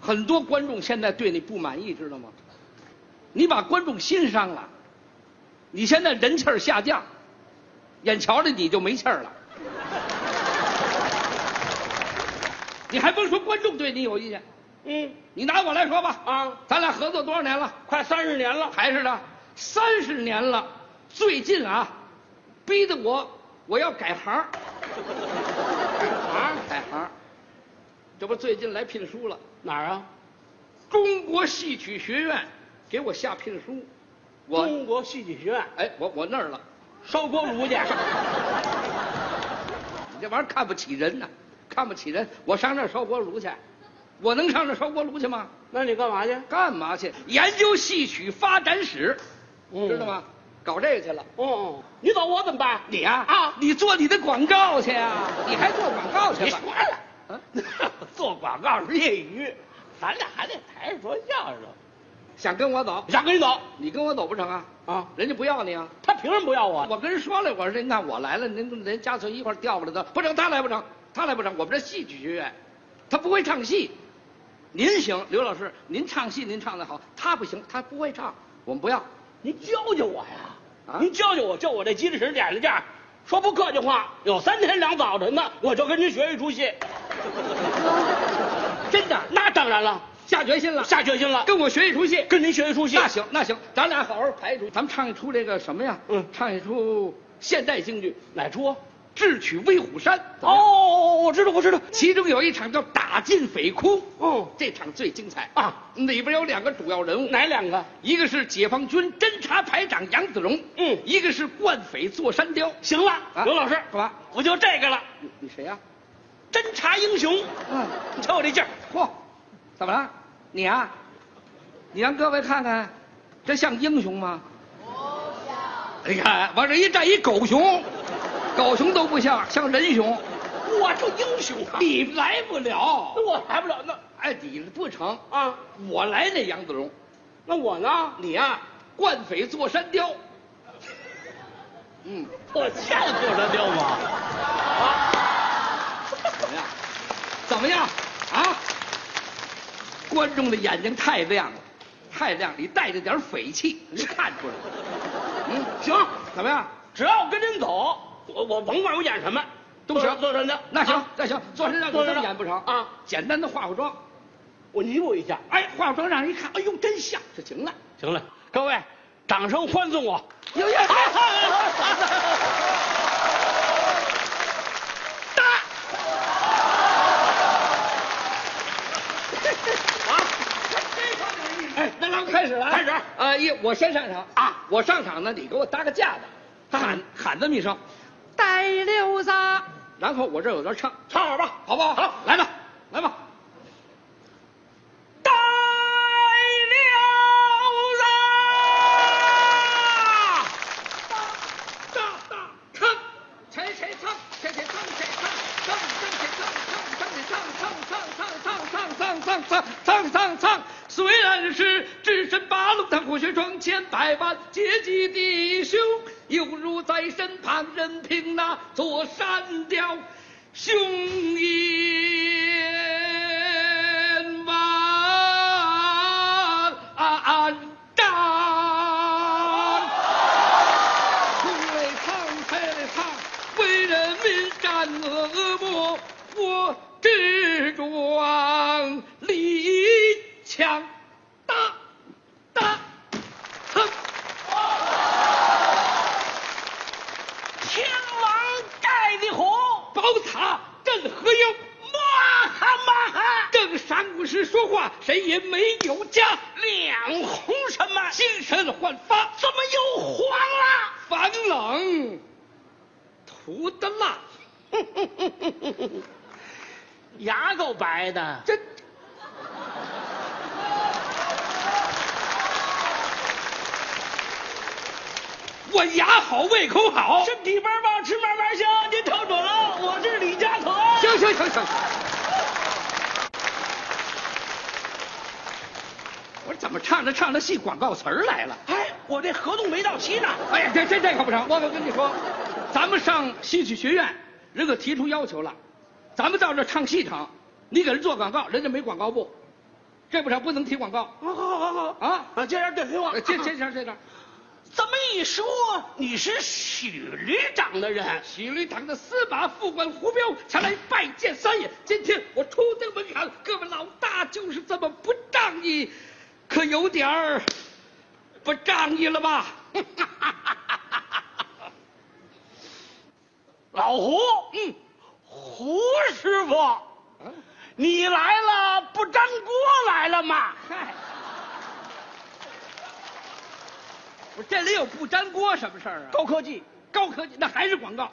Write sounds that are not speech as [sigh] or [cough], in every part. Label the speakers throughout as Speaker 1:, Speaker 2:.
Speaker 1: 很多观众现在对你不满意，知道吗？你把观众心伤了，你现在人气儿下降，眼瞧着你就没气儿了。 [laughs] 你还甭说观众对你有意见，
Speaker 2: 嗯，
Speaker 1: 你拿我来说吧，
Speaker 2: 啊
Speaker 1: 咱俩合作多少年了？
Speaker 2: 快三十年了，
Speaker 1: 还是的，三十年了，最近啊，逼得我我要改行
Speaker 2: [laughs]
Speaker 1: 儿，
Speaker 2: 啊，
Speaker 1: 改行儿，这不最近来聘书了，
Speaker 2: 哪儿啊？
Speaker 1: 中国戏曲学院给我下聘书，我
Speaker 2: 中国戏剧学院
Speaker 1: 哎我我那儿了，
Speaker 2: 烧锅炉去。 [laughs]
Speaker 1: 你这玩意儿看不起人呐、看不起人，我上那儿烧锅炉去，我能上那儿烧锅炉去吗？
Speaker 2: 那你干嘛去？
Speaker 1: 干嘛去？研究戏曲发展史，
Speaker 2: 嗯
Speaker 1: 知道吗？搞这个去了。
Speaker 2: 哦，你找我怎么办？
Speaker 1: 你呀、
Speaker 2: 啊
Speaker 1: 你做你的广告去啊，你还做广告去
Speaker 2: 你
Speaker 1: 吧
Speaker 2: 说？了，
Speaker 1: 啊
Speaker 2: [laughs] 做广告是业余，咱俩还得台上说相声。
Speaker 1: [laughs] 想跟我走，
Speaker 2: 想跟你走
Speaker 1: 你跟我走不成啊？
Speaker 2: 啊？
Speaker 1: 人家不要你啊！
Speaker 2: 他凭什么不要我？
Speaker 1: 我跟人说了，我说您看我来了，您您干脆一块儿调过来的，不成，他来不成，他来不成。我们这戏曲学院，他不会唱戏，您行，刘老师，您唱戏您唱得好，他不行，他不会唱，我们不要。
Speaker 2: 您教教我呀！
Speaker 1: 啊
Speaker 2: 您教教我，就我这鸡翅点了价，说不客气话，有三天两早晨的，我就跟您学一出 [laughs] 戏。
Speaker 1: 真的，
Speaker 2: 那当然了，
Speaker 1: 下决心了，
Speaker 2: 下决心了，跟
Speaker 1: 跟我学一出戏。
Speaker 2: 跟您学一出戏。
Speaker 1: 那行，那行，咱俩好好排一出，咱们唱一出这个什么呀？
Speaker 2: 嗯
Speaker 1: 唱一出现代京剧
Speaker 2: 哪出啊？
Speaker 1: 《智取威虎山》。
Speaker 2: 哦，哦我知道，我知道。
Speaker 1: 其中有一场叫打进匪窟，
Speaker 2: 哦，
Speaker 1: 这场最精彩
Speaker 2: 啊！
Speaker 1: 里边有两个主要人物，
Speaker 2: 哪两个？
Speaker 1: 一个是解放军侦察排长杨子荣，
Speaker 2: 嗯
Speaker 1: 一个是惯匪座山雕。
Speaker 2: 行了，
Speaker 1: 啊
Speaker 2: 刘老师，
Speaker 1: 干嘛？
Speaker 2: 我就这个了，
Speaker 1: 你你谁呀、
Speaker 2: 侦察英雄。
Speaker 1: 嗯，
Speaker 2: 你瞧我这劲儿，
Speaker 1: 嚯，怎么了？你啊，你让各位看看，这像英雄吗？不像。你看，往这一站一狗熊，狗熊都不像，像人熊。
Speaker 2: 我就英雄啊！
Speaker 1: 你来不了，
Speaker 2: 那我来不了，那
Speaker 1: 哎，你不成，
Speaker 2: 啊，
Speaker 1: 我来那杨子荣。
Speaker 2: 那我呢？
Speaker 1: 你呀、惯匪坐山雕。嗯，
Speaker 2: 我欠坐山雕吗？啊，
Speaker 1: 怎么样？怎么样？啊？观众的眼睛太亮了，太亮，你带着点匪气，人家看
Speaker 2: [laughs]
Speaker 1: 出来了。嗯，
Speaker 2: 行，
Speaker 1: 怎么样？
Speaker 2: 只要我跟您走，我我甭管我演什么，
Speaker 1: 都行
Speaker 2: 坐山雕。
Speaker 1: 那行
Speaker 2: 啊，
Speaker 1: 那行，坐山雕
Speaker 2: 坐
Speaker 1: 你
Speaker 2: 山
Speaker 1: 真
Speaker 2: 雕
Speaker 1: 演不成
Speaker 2: 啊！
Speaker 1: 简单的化化妆，
Speaker 2: 我弥补一下。
Speaker 1: 哎，化化妆让人一看，哎呦，真像就行了。
Speaker 2: 行了，各位，掌声欢送我。
Speaker 1: 有有，
Speaker 2: [laughs] 哒！啊！
Speaker 1: 哎，那咱们开始了啊，
Speaker 2: 开始
Speaker 1: 啊！一，我先上场
Speaker 2: 啊
Speaker 1: 我上场呢，你给我搭个架子，喊喊这么一声，带溜子，然后我这有段唱，
Speaker 2: 唱好吧，
Speaker 1: 好不好？好，来吧，来吧。
Speaker 2: 带溜子。
Speaker 1: 大大唱，谁谁唱，谁谁唱，谁唱，唱唱谁唱，唱唱谁唱，唱唱谁唱，唱唱唱唱唱唱唱唱唱。虽然是置身八路，但虎穴床前百万阶级弟兄，犹如在身旁，任凭那座山雕雄鹰万丈。出来唱，开来唱，为人民战恶魔，我志壮力强大，大，哼，
Speaker 2: [laughs] 天王盖地虎，
Speaker 1: 宝塔镇河妖，
Speaker 2: 哇哈嘛哈，
Speaker 1: 正山谷时说话，谁也没有家，
Speaker 2: 脸红什么？
Speaker 1: 精神焕发，
Speaker 2: 怎么又黄了？
Speaker 1: 防冷，涂的蜡，
Speaker 2: 牙够白的，
Speaker 1: 真。我牙好，胃口好。
Speaker 2: 身体倍儿棒，吃嘛嘛香。您瞅准了，我是李嘉诚。
Speaker 1: 行行行行。我说怎么唱着唱着戏广告词儿来了？
Speaker 2: 哎，我这合同没到期呢。
Speaker 1: 哎呀，这这这可不成！我可跟你说，咱们上戏曲学院，人可提出要求了，咱们到这儿唱戏场，你给人做广告，人家没广告部，这不上不能提广告
Speaker 2: 好好好好
Speaker 1: 啊！
Speaker 2: 啊，接着对黑话
Speaker 1: 呃，这这这这这，
Speaker 2: 这么一说，你是许旅长的人，
Speaker 1: 喜律堂的司马副官胡彪前来拜见三爷。今天我出登门槛，各位老大就是这么不仗义，可有点儿不仗义了吧？ [laughs]
Speaker 2: 老胡，
Speaker 1: 嗯，
Speaker 2: 胡师傅，你来了不粘锅来了吗？
Speaker 1: 嗨，我这里有不粘锅什么事儿啊？
Speaker 2: 高科技，
Speaker 1: 高科技，那还是广告。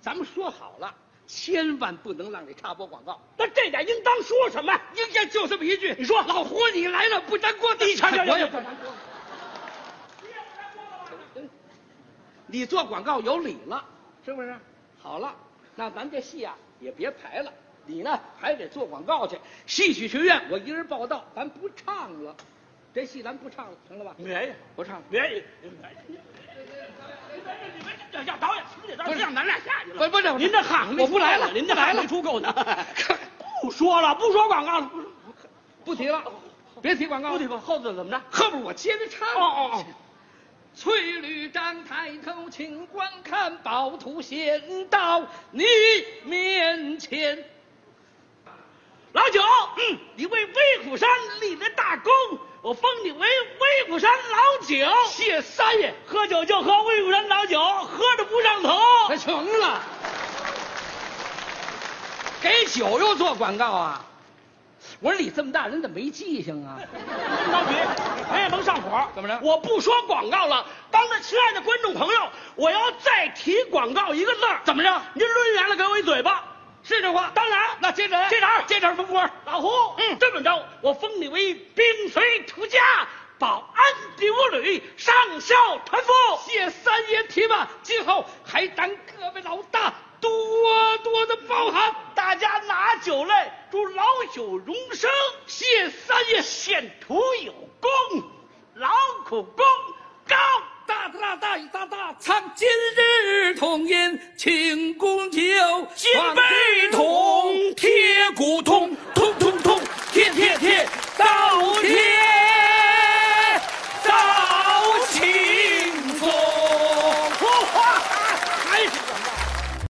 Speaker 1: 咱们说好了，千万不能让你插播广告。
Speaker 2: 那这点应当说什么？
Speaker 1: 应该就这么一句。
Speaker 2: 你说
Speaker 1: 老胡，你来了不粘锅，
Speaker 2: 你瞧瞧瞧
Speaker 1: 我也不粘锅。你做广告有理了，是不是？好了，那咱这戏啊也别排了，你呢还得做广告去。戏曲学院我一人报道，咱不唱了，这戏咱不唱了，成了吧？
Speaker 2: 别呀，
Speaker 1: 不唱了。
Speaker 2: 别呀，让导演听见，导演让咱俩下去了。
Speaker 1: 不是不是
Speaker 2: 您这喊没
Speaker 1: 我不来了
Speaker 2: 您这
Speaker 1: 不来
Speaker 2: 喊
Speaker 1: 了
Speaker 2: 没出够呢。不说了，不说广告了，不说
Speaker 1: 不提了，别提广告
Speaker 2: 不
Speaker 1: 了。
Speaker 2: 提吧，后头怎么着？
Speaker 1: 后边我接着唱。
Speaker 2: 哦哦哦。
Speaker 1: 翠绿帐抬头，请观看，宝图显到你面前。
Speaker 2: 老九，嗯，你为威虎山立了大功，我封你为威虎山老九。
Speaker 1: 谢三爷，
Speaker 2: 喝酒就喝威虎山老酒，喝的不上头。
Speaker 1: 那成哎了。给酒又做广告啊？我说你这么大人怎么没记性啊？
Speaker 2: 别着急，咱也甭上火。
Speaker 1: 怎么着
Speaker 2: 我不说广告了，当着亲爱的观众朋友，我要再提广告一个字儿。
Speaker 1: 怎么着？
Speaker 2: 您抡圆了给我一嘴巴。
Speaker 1: 是这话？
Speaker 2: 当然，
Speaker 1: 那接着
Speaker 2: 接着
Speaker 1: 接着风波。
Speaker 2: 老胡，嗯，这么着，我封你为兵随土家，保安第五旅上校团副。
Speaker 1: 谢三爷提拔，今后还咱各位老大多多的包涵。
Speaker 2: 大家拿酒来，祝老朽荣生。
Speaker 1: 谢三爷，
Speaker 2: 献土有功，劳苦功高。
Speaker 1: 大大大大大唱，今日同饮庆功酒，
Speaker 2: 金杯同，铁骨同，